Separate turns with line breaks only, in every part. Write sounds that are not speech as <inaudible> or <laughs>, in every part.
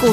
股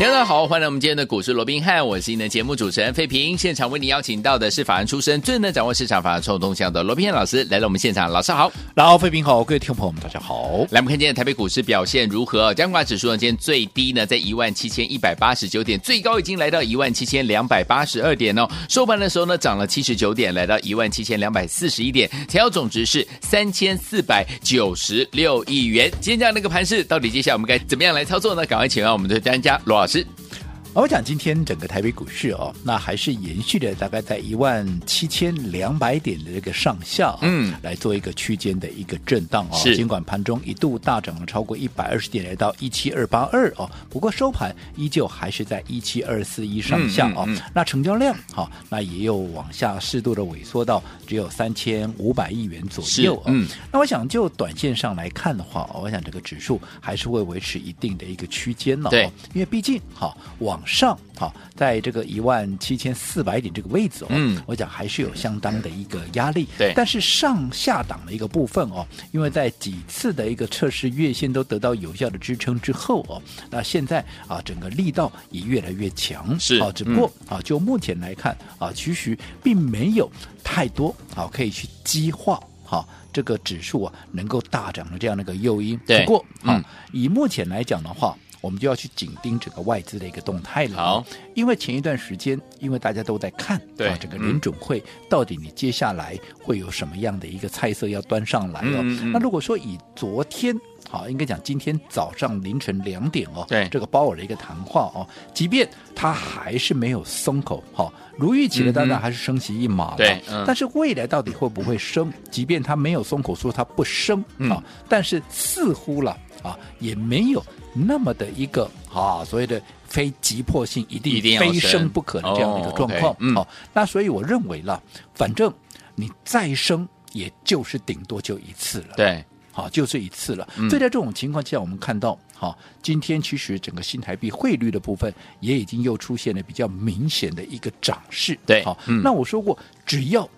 大家好，欢迎来我们今天的股市罗宾汉，我是你的节目主持人费平。现场为你邀请到的是法案出身、最能掌握市场法案臭动向的罗宾汉老师来到我们现场，老师好。
然后，费平好，各位听众朋友们，大家好。
来，我们看今天的台北股市表现如何？加权指数呢，今天最低呢在一万七千一百八十九点，最高已经来到一万七千两百八十二点哦。收盘的时候呢，涨了七十九点，来到一万七千两百四十一点，成交总值是三千四百九十六亿元。今天这样的一个盘势，到底接下来我们该怎么样来操作呢？赶快请问我们的专家罗老师。
我讲今天整个台北股市哦，那还是延续的大概在一万七千两百点的这个上下、
嗯
嗯，来做一个区间的一个震荡哦。
是
尽管盘中一度大涨了超过一百二十点，来到一七二八二哦，不过收盘依旧还是在一七二四一上下哦。
嗯嗯嗯
那成交量好、那也有往下适度的萎缩到只有三千五百亿元左右哦。
是嗯
那我想就短线上来看的话，哦我想这个指数还是会维持一定的一个区间呢、哦。
对
因为毕竟哈、往上哈、在这个一万七千四百点这个位置哦，
嗯
我讲还是有相当的一个压力。
对
但是上下档的一个部分哦，因为在几次的一个测试月线都得到有效的支撑之后哦，那现在啊整个力道也越来越强。
是
啊，只不过、
嗯
啊就目前来看啊，其实并没有太多啊可以去激化。好，这个指数啊能够大涨的这样的一个诱因，
对
不过啊、
嗯
以目前来讲的话，我们就要去紧盯整个外资的一个动态了。啊
好，
因为前一段时间，因为大家都在看
对
啊，整个
嗯
联准会到底你接下来会有什么样的一个菜色要端上来哦。
嗯嗯嗯
那如果说以昨天。好，应该讲今天早上凌晨两点哦，
对
这个鲍尔的一个谈话哦，即便他还是没有松口，好、如预期的当
嗯
然
哼
还是升息一码了，
对嗯
但是未来到底会不会升？即便他没有松口说他不升、
嗯
啊，但是似乎了啊，也没有那么的一个啊所谓的非急迫性一定
一定要
非
升
升不可的这样的一个
哦
状况。
OK，嗯
好、那所以我认为啦，反正你再升也就是顶多就一次了。
对，
好，啊就这一次了。
嗯
所以在这种情况下，我们看到，好，今天其实整个新台币汇率的部分也已经又出现了比较明显的一个涨势。
对
好，
嗯
那我说过，只要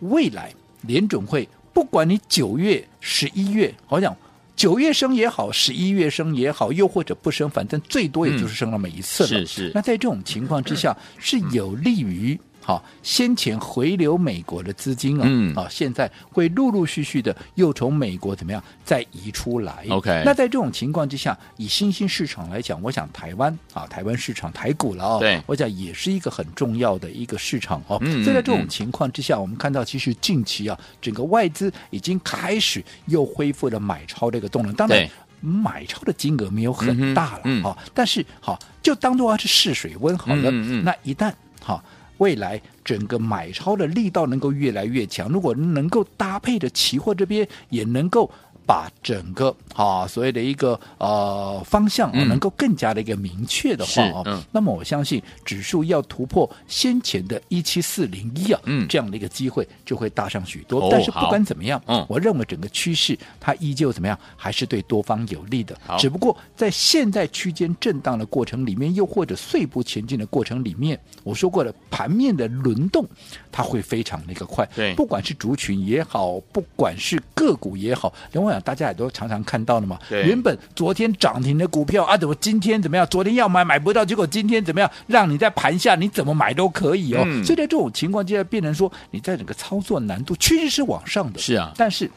未来联准会不管你九月、十一月，好像九月升也好，十一月升也好，又或者不升，反正最多也就是升那么一次了。
嗯是是
那在这种情况之
嗯
下，是有利于。好，先前回流美国的资金啊、
嗯
啊，啊，现在会陆陆续续的又从美国怎么样再移出来
OK
那在这种情况之下，以新兴市场来讲，我想台湾啊，台湾市场台股了哦，
对
我想也是一个很重要的一个市场哦。
嗯
所以在这
嗯
种
嗯
情况之下，我们看到其实近期啊，整个外资已经开始又恢复了买超这个动能，当然
对。
买超的金额没有很大了，
嗯哼嗯
哦，但是好，就当做它是试水温好了。
嗯嗯嗯
那一旦哈、未来整个买超的力道能够越来越强，如果能够搭配的期货这边也能够。把整个啊所谓的一个呃方向、啊
嗯
能够更加的一个明确的
是
话哦，
嗯
那么我相信指数要突破先前的一七四零一啊、
嗯
这样的一个机会就会大上许多。
哦
但是不
好
管怎么样，
嗯
我认为整个趋势它依旧怎么样，还是对多方有利的
好。
只不过在现在区间震荡的过程里面，又或者碎步前进的过程里面，我说过了，盘面的轮动它会非常的一个快。
对
不管是族群也好，不管是个股也好，因为我想大家也都常常看到了嘛。
对
原本昨天涨停的股票啊，怎么今天怎么样？昨天要买买不到，结果今天怎么样？让你在盘下你怎么买都可以哦。
嗯
所以在这种情况之下，变成说你在整个操作难度趋势是往上的。
是啊
但是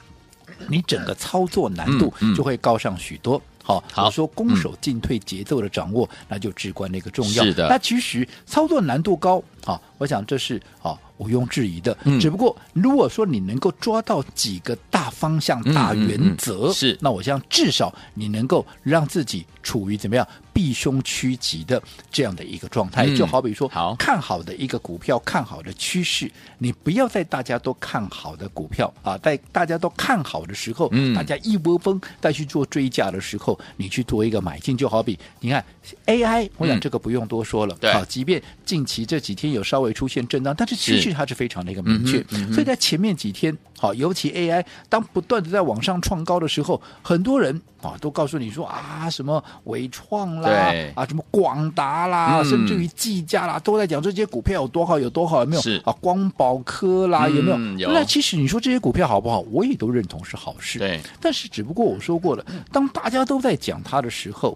你整个操作难度
嗯嗯
就会高上许多。好，
好嗯
我说攻守进退节奏的掌握，那就至关的一个重要。
是的
那其实操作难度高啊，我想这是啊毋庸置疑的。
嗯
只不过如果说你能够抓到几个大方向、
嗯
大
嗯
原
嗯
则，
是
那我想至少你能够让自己处于怎么样避凶趋吉的这样的一个状态。
嗯
就好比说，
好
看好的一个股票，看好的趋势，你不要在大家都看好的股票啊，在大家都看好的时候，
嗯
大家一窝蜂再去做追价的时候，你去做一个买进，就好比你看 AI，我想
嗯
这个不用多说了，
对
好，即便近期这几天有稍微出现震荡，但是其据它是非常的一个明确
嗯。哼嗯哼
所以在前面几天，好，尤其 AI 当不断的在往上创高的时候，很多人啊都告诉你说啊什么伟创啦
对，
啊什么广达啦，
嗯
甚至于技嘉啦，都在讲这些股票有多好有多好，有没有？
是
啊，光宝科啦，有没有？
嗯有
那其实你说这些股票好不好，我也都认同是好事。
对，
但是只不过我说过了，当大家都在讲它的时候，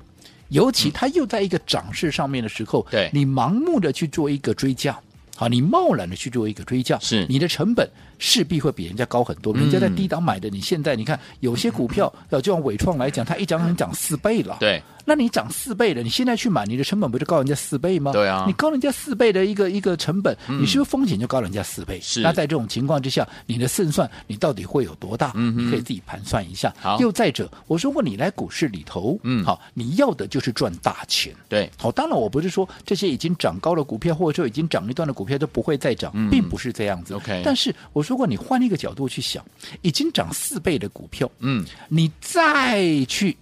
尤其它又在一个涨势上面的时候，
嗯对
你盲目的去做一个追价。好，你贸然的去做一个追价，
是嗯
你的成本势必会比人家高很多。人家在低档买的，你现在你看有些
<laughs>
股票，呃，就像伟创来讲，它一涨能涨四倍了。
对，
那你涨四倍了，你现在去买，你的成本不就高人家四倍吗？
对啊嗯
你高人家四倍的一个一个成本，你是不是风险就高人家四倍？
是
那在这种情况之下，你的胜算你到底会有多大？
嗯哼
你可以自己盘算一下。
好
又再者，我说过你来股市里头，
嗯
好，你要的就是赚大钱。
对，
好，当然我不是说这些已经涨高的股票，或者说已经涨一段的股票都不会再涨，
嗯
并不是这样子。
OK
但是我说过，你换一个角度去想，已经涨四倍的股票，
嗯，
你再去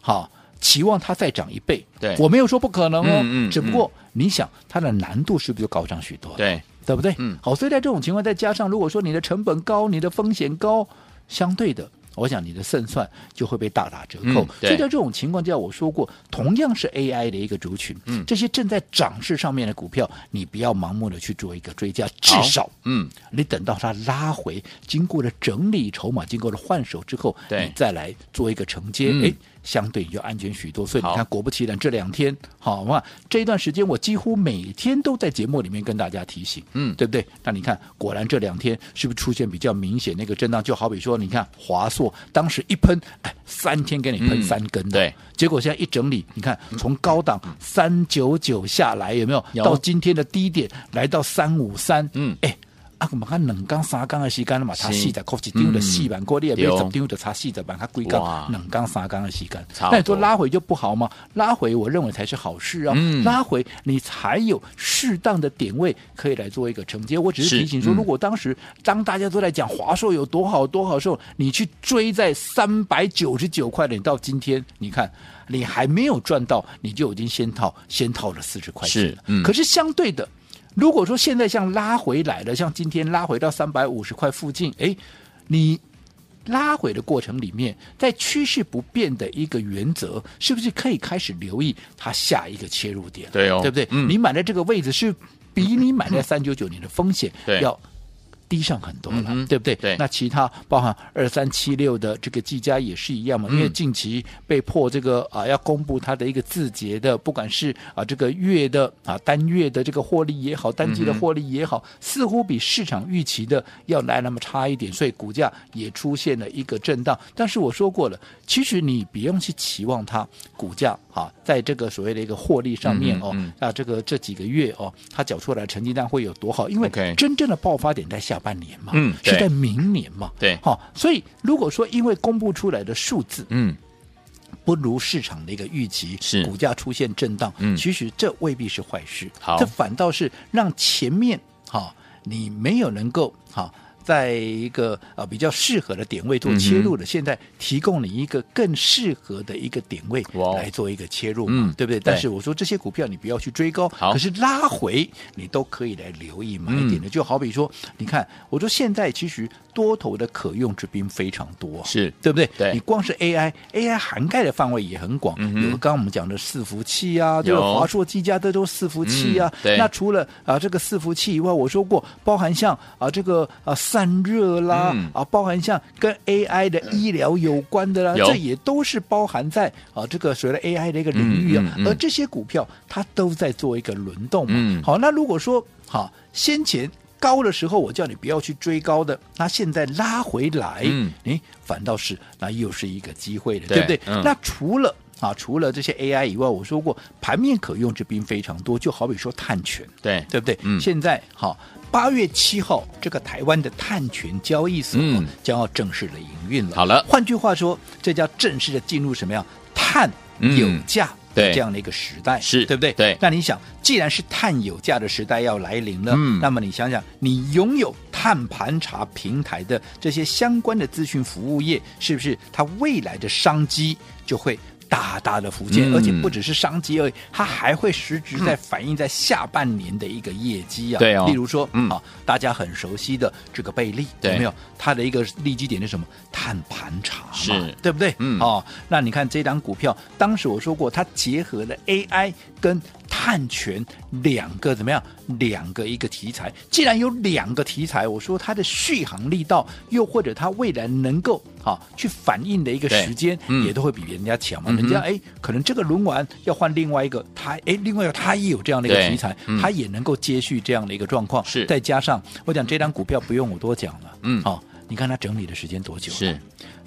好期望它再涨一倍，
对
我没有说不可能哦，
嗯嗯
只不过你想它的难度是不是就高上许多了？
对，
对不对？
嗯
好，所以在这种情况，再加上如果说你的成本高，你的风险高，相对的。我想你的胜算就会被大打折扣，
嗯对
所以在这种情况之下，我说过，同样是 AI 的一个族群，
嗯
这些正在涨势上面的股票，你不要盲目的去做一个追加，至
好
少
嗯，
你等到它拉回，经过了整理筹码，经过了换手之后，
对
你再来做一个承接，
嗯
哎、相对你就安全许多。所以你
好
看，果不其然，这两天好嘛，这一段时间我几乎每天都在节目里面跟大家提醒，
嗯
对不对？那你看，果然这两天是不是出现比较明显那个震荡？就好比说，你看华硕当时一喷，哎，三天给你喷
嗯
三根的、
对，
结果现在一整理，你看从高档三九九下来，有没有？
嗯有
到今天的低点来到三五三，
嗯
哎。啊，我们看两缸、三缸的时间嘛，差
是
四十块一张的四万块，你也买
对哦
十张就差四十万，它几
哇
缸两缸、三缸的时间
差不多。
那你说拉回就不好吗？拉回我认为才是好事啊，
嗯
拉回你才有适当的点位可以来做一个承接。我只
是
是提醒
嗯
说，如果当时当大家都在讲华硕有多好多好的时候，你去追在三百九十九块的，你到今天你看你还没有赚到，你就已经先套先套了四十块钱
是
了。
嗯
可是相对的，如果说现在像拉回来了，像今天拉回到三百五十块附近，哎，你拉回的过程里面，在趋势不变的一个原则，是不是可以开始留意它下一个切入点？
对哦
对不对？
嗯
你买的这个位置是比你买在三九九年的风险
对
要。低上很多了，
嗯哼
对不对？
对
那其他包含二三七六的这个技嘉也是一样嘛，
嗯
因为近期被迫这个啊、要公布它的一个字节的，不管是啊这个月的啊单月的这个获利也好，单
嗯
季的获利也好，似乎比市场预期的要来那么差一点，所以股价也出现了一个震荡。但是我说过了，其实你不用去期望它股价啊在这个所谓的一个获利上面
嗯
哦，
嗯
啊这个这几个月哦，它缴出来的成绩单会有多好，因为
OK
真正的爆发点在下半年嘛，
嗯
是
对
在明年嘛，
对
好、所以如果说因为公布出来的数字
嗯，
不如市场的一个预期，
是
股价出现震荡，
嗯
其实这未必是坏事，
好
这反倒是让前面哈、你没有能够哈。在一个呃比较适合的点位
嗯
做切入的，现在提供你一个更适合的一个点位
哇哦
来做一个切入嘛，
嗯
对不对？
对
但是我说这些股票你不要去追高，
好嗯
可是拉回你都可以来留意买点的。就好比说，你看，我说现在其实多头的可用之兵非常多啊、
是
对不对？
对
你光是 AI，AI 涵盖的范围也很广，
嗯哼
有刚刚我们讲的伺服器啊，这
有
个华硕、技嘉这都是伺服器啊
嗯。对
那除了啊、这个伺服器以外，我说过，包含像啊、这个啊、散热啦，
嗯
啊包含像跟 AI 的医疗有关的啦，
有
这也都是包含在啊、这个所谓的 AI 的一个领域啊。
嗯嗯嗯
而这些股票它都在做一个轮动嘛。
嗯
好，那如果说好先前。高的时候，我叫你不要去追高的，那现在拉回来，
嗯
哎，反倒是那又是一个机会了，
对
对不对？
嗯
那除了啊，除了这些 AI 以外，我说过盘面可用之兵非常多，就好比说碳权，
对，
对不对？
嗯
现在好，八月七号，这个台湾的碳权交易所、
嗯
将要正式的营运了。
好了
换句话说，这叫正式的进入什么样碳
嗯
有价。
对
的这样的一个时代
是
对不对？
对
那你想，既然是碳有价的时代要来临了，
嗯
那么你想想，你拥有碳盘查平台的这些相关的资讯服务业，是不是它未来的商机就会大大的浮现，
嗯
而且不只是商机而已，它还会实质在反映在下半年的一个业绩啊。
对哦
例如说，
嗯
啊，大家很熟悉的这个贝利，
对
有没有？它的一个利基点是什么？碳盘查嘛，
是
对不对？
嗯
哦，那你看这档股票，当时我说过，它结合了 AI 跟碳权两个怎么样？两个一个题材，既然有两个题材，我说它的续航力道，又或者它未来能够啊、去反应的一个
对
时间，
嗯
也都会比人家强嘛。
嗯哼
人家哎，可能这个轮完要换另外一个，它哎，另外一个它也有这样的一个
对
题材，
嗯
它也能够接续这样的一个状况。
是
再加上我讲这张股票不用我多讲了，
嗯
好、你看它整理的时间多久了？
是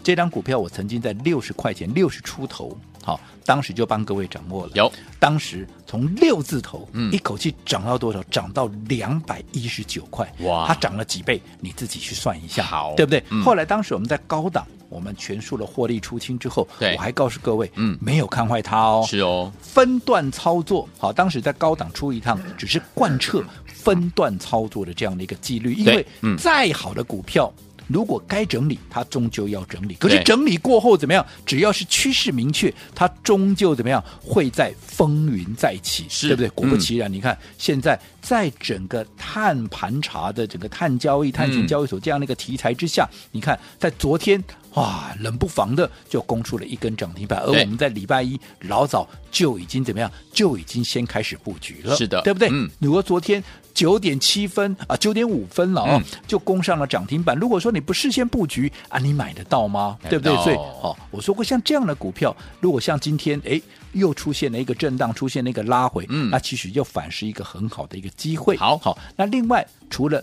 这张股票我曾经在六十块钱、六十出头，好，当时就帮各位掌握了。
有，
当时从六字头，
嗯
一口气涨到多少？涨到两百一十九块，
哇
它涨了几倍？你自己去算一下，
好
对不对？
嗯
后来当时我们在高档，我们全数的获利出清之后，
对
我还告诉各位，
嗯
没有看坏它哦，
是哦，
分段操作，好，当时在高档出一趟，只是贯彻分段操作的这样的一个纪律，因
对
为
嗯
再好的股票。如果该整理，它终究要整理。可是
对
整理过后怎么样？只要是趋势明确，它终究怎么样会在风云再起，
是
对不对？果不
嗯
其啊然，你看现在在整个碳盘查的整个碳交易、
嗯
碳权交易所这样的一个题材之下，你看在昨天哇，冷不防的就攻出了一根涨停板，而
对
我们在礼拜一老早就已经怎么样，就已经先开始布局了，
是的
对不对？
嗯
如果昨天九点七分啊，九点五分了哦，
嗯
就攻上了涨停板。如果说你不事先布局啊，你买得到吗？
买
对
不
不对？所以
到
哦，我说过像这样的股票，如果像今天哎又出现了一个震荡，出现了一个拉回，
嗯
那其实又反是一个很好的一个机会。
好
好，那另外除了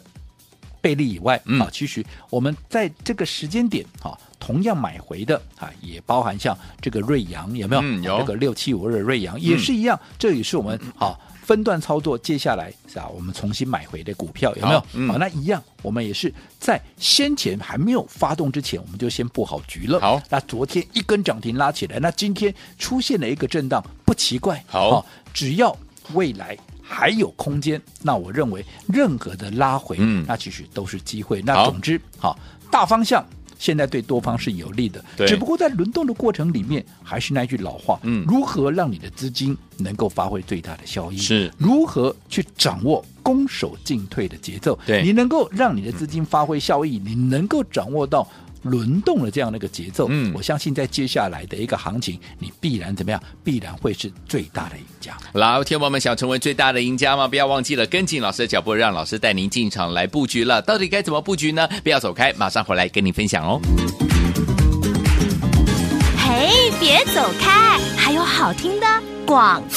贝利以外，
嗯
啊，其实我们在这个时间点啊，同样买回的啊，也包含像这个瑞阳有没有？
嗯有嗯
啊这个六七五二的瑞阳也是一样，这也是我们啊分段操作，接下来是啊我们重新买回的股票有没有
好？嗯
好那一样，我们也是在先前还没有发动之前，我们就先布好局了。
好
那昨天一根涨停拉起来，那今天出现了一个震荡，不奇怪。
好
只要未来还有空间，那我认为任何的拉回，
嗯
那其实都是机会。那
好
总之，好大方向。现在对多方是有利的
对，
只不过在轮动的过程里面，还是那句老话，
嗯
如何让你的资金能够发挥最大的效益？
是
如何去掌握攻守进退的节奏？
对
你能够让你的资金发挥效益，你能够掌握到轮动的这样的一个节奏。
嗯
我相信在接下来的一个行情，你必然怎么样？必然会是最大的赢家。
老天王们想成为最大的赢家吗？不要忘记了跟紧老师的脚步，让老师带您进场来布局了。到底该怎么布局呢？不要走开，马上回来跟您分享哦。
嘿，别走开，还有好听的广告。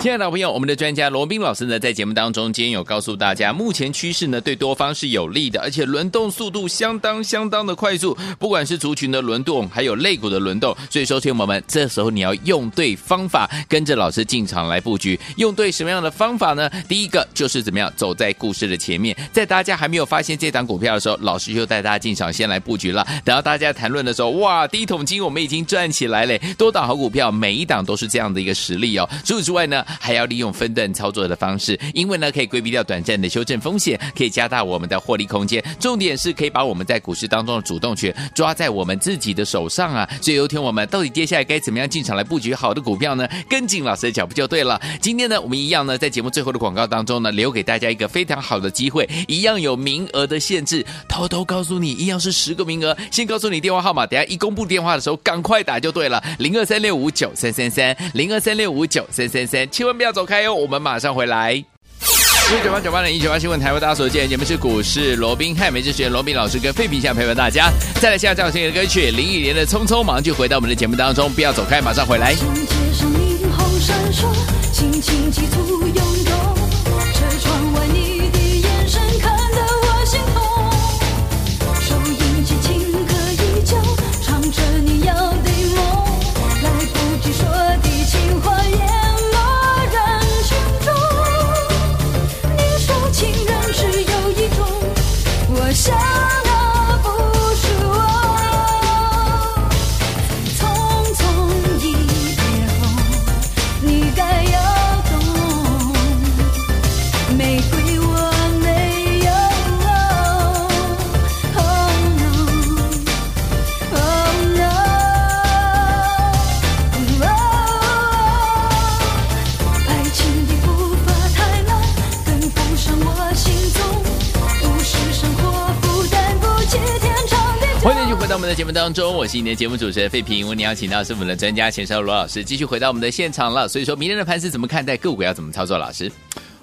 亲爱的朋友我们的专家罗斌老师呢，在节目当中今天有告诉大家，目前趋势呢对多方是有利的，而且轮动速度相当相当的快速，不管是族群的轮动，还有类股的轮动，所以说，听友们，这时候你要用对方法，跟着老师进场来布局，用对什么样的方法呢？第一个就是怎么样走在故事的前面，在大家还没有发现这档股票的时候，老师就带大家进场先来布局了。等到大家谈论的时候，哇，第一桶金我们已经赚起来嘞，多档好股票每一档都是这样的一个实力哦。除此之外呢，还要利用分段操作的方式，因为呢可以规避掉短暂的修正风险，可以加大我们的获利空间。重点是可以把我们在股市当中的主动权抓在我们自己的手上啊。所以，有天我们到底接下来该怎么样进场来布局好的股票呢？跟紧老师的脚步就对了。今天呢，我们一样呢在节目最后的广告当中呢，留给大家一个非常好的机会，一样有名额的限制，偷偷告诉你，一样是十个名额，先告诉你电话号码，等一下一公布电话的时候赶快打就对了，零二三六五九三三三，零二三六五九三三三，千万不要走开哦，我们马上回来。六九八九八零一九八新闻台为大家所见，节目是股市罗宾汉美之学罗宾老师跟费平下陪伴大家。再来下这首新的歌曲林忆莲的《匆匆忙》，就回到我们的节目当中，不要走开，马上回来。
世界上霓虹闪烁，轻轻急促涌动。车窗外你的眼神看得我心痛。收音机情歌依旧，唱着你要的梦，来不及说的情话淹没人群中。你说情人只有一种，我想那不是我。匆匆一别后，你该要懂，
我们的节目当中，我是你的节目主持人费平，为您邀请到是我们的专家钱绍罗老师，继续回到我们的现场了。所以说，明天的盘是怎么看待，个股要怎么操作？老师，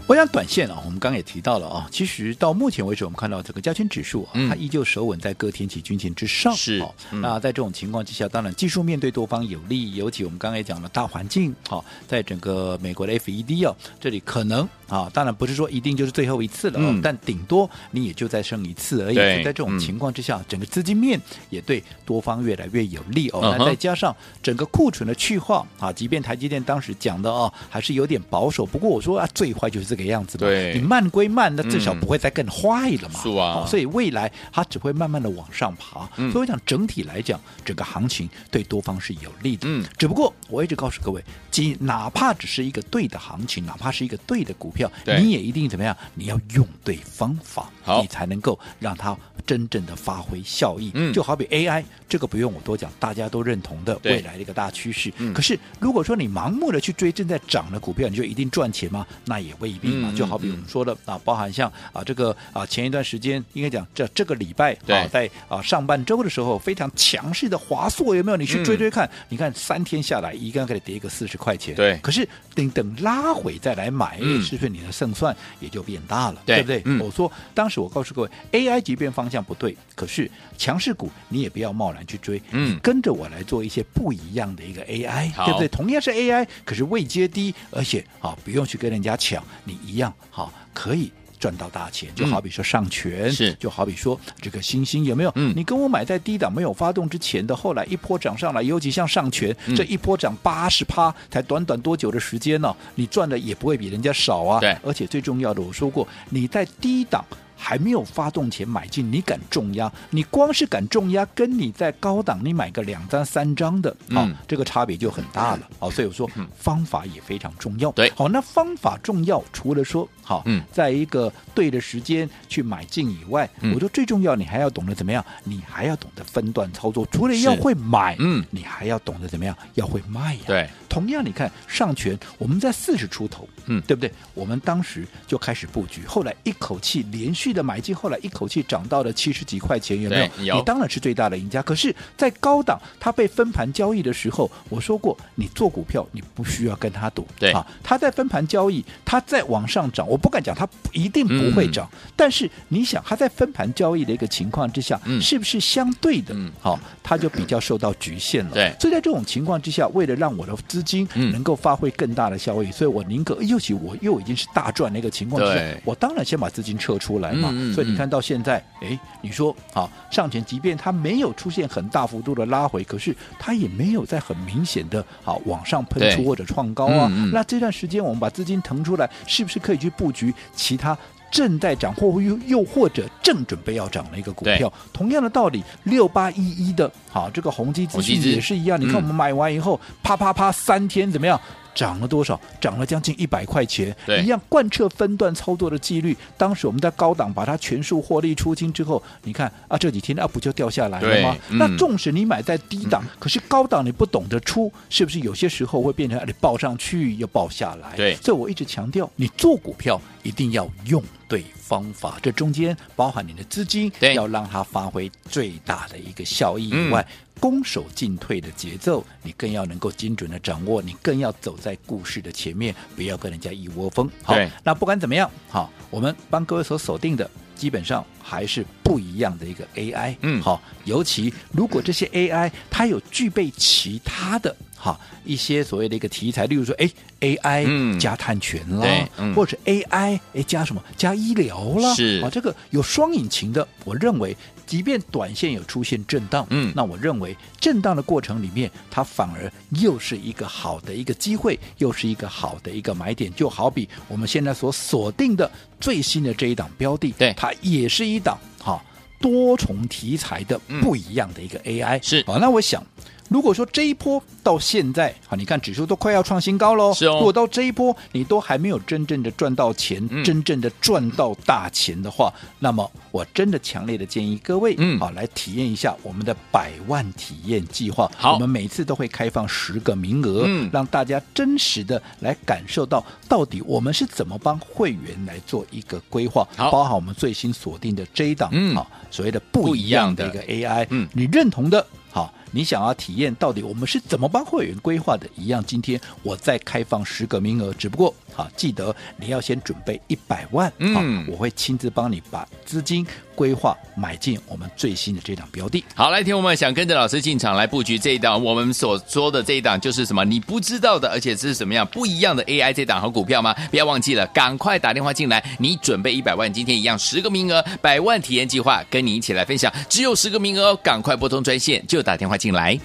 我想短线啊，我们刚刚也提到了啊，其实到目前为止，我们看到整个加权指数啊，
嗯
它依旧守稳在各天期均线之上。
是
好
嗯
那在这种情况之下，当然技术面对多方有利，尤其我们刚才也讲了大环境，好、在整个美国的 FED 哦，这里可能啊，当然不是说一定就是最后一次了、哦，
嗯
但顶多你也就再剩一次而已。所
对
以在这种
嗯
情况之下，整个资金面也对多方越来越有利哦。
嗯
那
哼
再加上整个库存的去化啊，即便台积电当时讲的哦，还是有点保守。不过我说啊，最坏就是这个样子嘛。
对
你慢归慢，那至少
嗯
不会再更坏了嘛。
是啊
哦所以未来它只会慢慢的往上爬。
嗯
所以我想整体来讲，整个行情对多方是有利的。
嗯
只不过我一直告诉各位，即哪怕只是一个对的行情，哪怕是一个对的股票，
对
你也一定怎么样？你要用对方法，
好
你才能够让它真正的发挥效益。
嗯
就好比 AI 这个不用我多讲，大家都认同的
对
未来的一个大趋势。
嗯
可是如果说你盲目的去追正在涨的股票，你就一定赚钱吗？那也未必嘛。
嗯
就好比我们说的啊，包含像啊这个啊前一段时间应该讲这这个礼拜
对
啊在啊上半周的时候非常强势的华硕有没有？你去追
嗯
追看，你看三天下来一个给它跌一个四十块钱。
对
可是等等拉回再来买，
嗯
是不是你的胜算也就变大了？
对
不对？
嗯
我说哦当时我告诉各位，AI 即便方向不对，可是强势股你也不要贸然去追，
嗯
你跟着我来做一些不一样的一个 AI，
好
对不对？同样是 AI，可是位阶低，而且啊不用去跟人家抢，你一样好、可以。赚到大钱，就
嗯
好比说上权，
是
就好比说这个星星有没有？
嗯
你跟我买在低档没有发动之前的，后来一波涨上来，尤其像上权、
嗯
这一波涨八十趴，才短短多久的时间呢、你赚的也不会比人家少啊。
对
而且最重要的，我说过，你在低档。还没有发动前买进，你敢重压？你光是敢重压，跟你在高档你买个两张三张的，
嗯
啊，这个差别就很大了。好、所以我说方法也非常重要。
对
好，那方法重要，除了说好，
嗯
在一个对的时间去买进以外，
嗯
我说最重要，你还要懂得怎么样？你还要懂得分段操作。除了要
是
会买，
嗯
你还要懂得怎么样？要会卖呀、
对，
同样，你看上权，我们在四十出头，
嗯
对不对？我们当时就开始布局，后来一口气连续的买进，后来一口气涨到了七十几块钱，有没
对有
有？你当然是最大的赢家。可是，在高档它被分盘交易的时候，我说过，你做股票你不需要跟他赌，
对
啊，它在分盘交易，它在往上涨，我不敢讲它一定不
嗯
会涨，但是你想，它在分盘交易的一个情况之下，
嗯
是不是相对的，
嗯
好、它就比较受到局限了。
对
所以在这种情况之下，为了让我的资金
嗯
能够发挥更大的效益，所以我宁可，尤其我又已经是大赚的一个情况之下
对，
我当然先把资金撤出来嘛。
嗯嗯
所以
嗯
你看到现在，哎，你说啊，上前即便它没有出现很大幅度的拉回，可是它也没有在很明显的啊往上喷
对
出或者创高啊。
嗯嗯
那这段时间我们把资金腾出来，是不是可以去布局其他？正在涨或又又或者正准备要涨的一个股
对
票，同样的道理，六八一一的，好、这个宏基资
宏基
讯
资
也是一样。你
嗯
看我们买完以后，啪啪啪，三天怎么样？涨了多少？涨了将近一百块钱，
对
一样贯彻分段操作的纪律。当时我们在高档把它全数获利出清之后，你看啊，这几天啊不就掉下来了吗？
对嗯
那纵使你买在低
嗯
档，可是高档你不懂得出，是不是有些时候会变成啊你报上去又报下来？
对
所以我一直强调，你做股票一定要用对方法，这中间包含你的资金，
对
要让它发挥最大的一个效益以外。
嗯
攻守进退的节奏，你更要能够精准的掌握，你更要走在故事的前面，不要跟人家一窝蜂。好
对，
那不管怎么样，好，我们帮各位所锁定的，基本上还是不一样的一个 AI。
嗯
好，尤其如果这些 AI 它有具备其他的哈一些所谓的一个题材，例如说，哎，AI、
嗯
加碳权啦
对，嗯
或者 AI 哎加什么加医疗啦，
是
啊，这个有双引擎的，我认为。即便短线有出现震荡，
嗯
那我认为震荡的过程里面，它反而又是一个好的一个机会，又是一个好的一个买点。就好比我们现在所锁定的最新的这一档标的，
对
它也是一档哈、多重题材的
嗯
不一样的一个 AI、
是
好，那我想，如果说这一波到现在，好，你看指数都快要创新高喽，
是哦
如果到这一波你都还没有真正的赚到钱，
嗯
真正的赚到大钱的话，那么我真的强烈的建议各位，
嗯
好啊来体验一下我们的百万体验计划。
好
我们每次都会开放十个名额，
嗯
让大家真实的来感受到到底我们是怎么帮会员来做一个规划，
好
包含我们最新锁定的这一档，
嗯
好，所谓的
不
不
一
一
样
样
的
的一个 AI，
嗯
你认同的，好，你想要体验到底我们是怎么帮会员规划的，一样，今天我再开放十个名额，只不过好记得你要先准备一百万，
嗯
好我会亲自帮你把资金规划买进我们最新的这档标的。
好，来，听我们想跟着老师进场来布局这一档，我们所说的这一档就是什么？你不知道的，而且是什么样不一样的 AI 这档好股票吗？不要忘记了，赶快打电话进来，你准备一百万，今天一样十个名额，百万体验计划跟你一起来分享，只有十个名额哦，赶快拨通专线就打电话进来。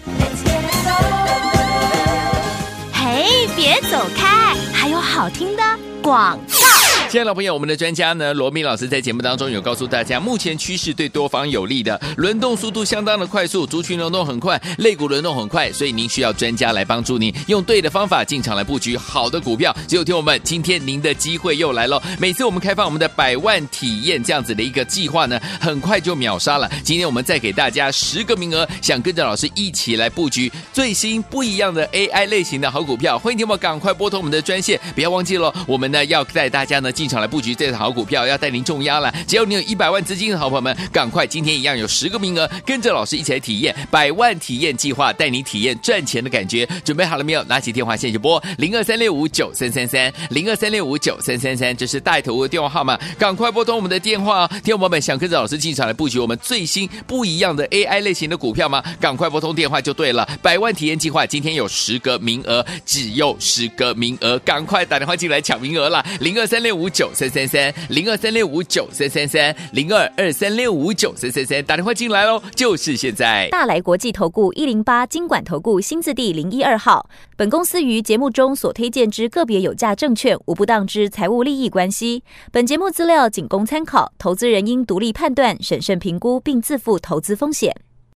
嘿，别走开，还有好听的广。
亲爱的朋友我们的专家呢，罗密老师在节目当中有告诉大家，目前趋势对多方有利的，轮动速度相当的快速，族群轮动很快，类股轮动很快，所以您需要专家来帮助您，用对的方法进场来布局好的股票。只有听我们，今天您的机会又来了。每次我们开放我们的百万体验这样子的一个计划呢，很快就秒杀了。今天我们再给大家十个名额，想跟着老师一起来布局最新不一样的 AI 类型的好股票，欢迎听我赶快拨通我们的专线，不要忘记了，我们呢要带大家呢进场来布局这档好股票，要带您重压了。只要你有一百万资金的好朋友们，赶快今天一样有十个名额，跟着老师一起来体验百万体验计划，带你体验赚钱的感觉。准备好了没有？拿起电话线就拨零二三六五九三三三零二三六五九三三三，这是带头的电话号码，赶快拨通我们的电话哦。听众朋友们，想跟着老师进场来布局我们最新不一样的 AI 类型的股票吗？赶快拨通电话就对了。百万体验计划今天有十个名额，只有十个名额，赶快打电话进来抢名额啦！零二三六五九三三三，零二三六五九三三三，零二二三六五九三三三，打电话进来喽，就是现在。
大来国际投顾一零八金管投顾新字第零一二号。本公司于节目中所推荐之个别有价证券，无不当之财务利益关系。本节目资料仅供参考，投资人应独立判断、审慎评估，并自负投资风险。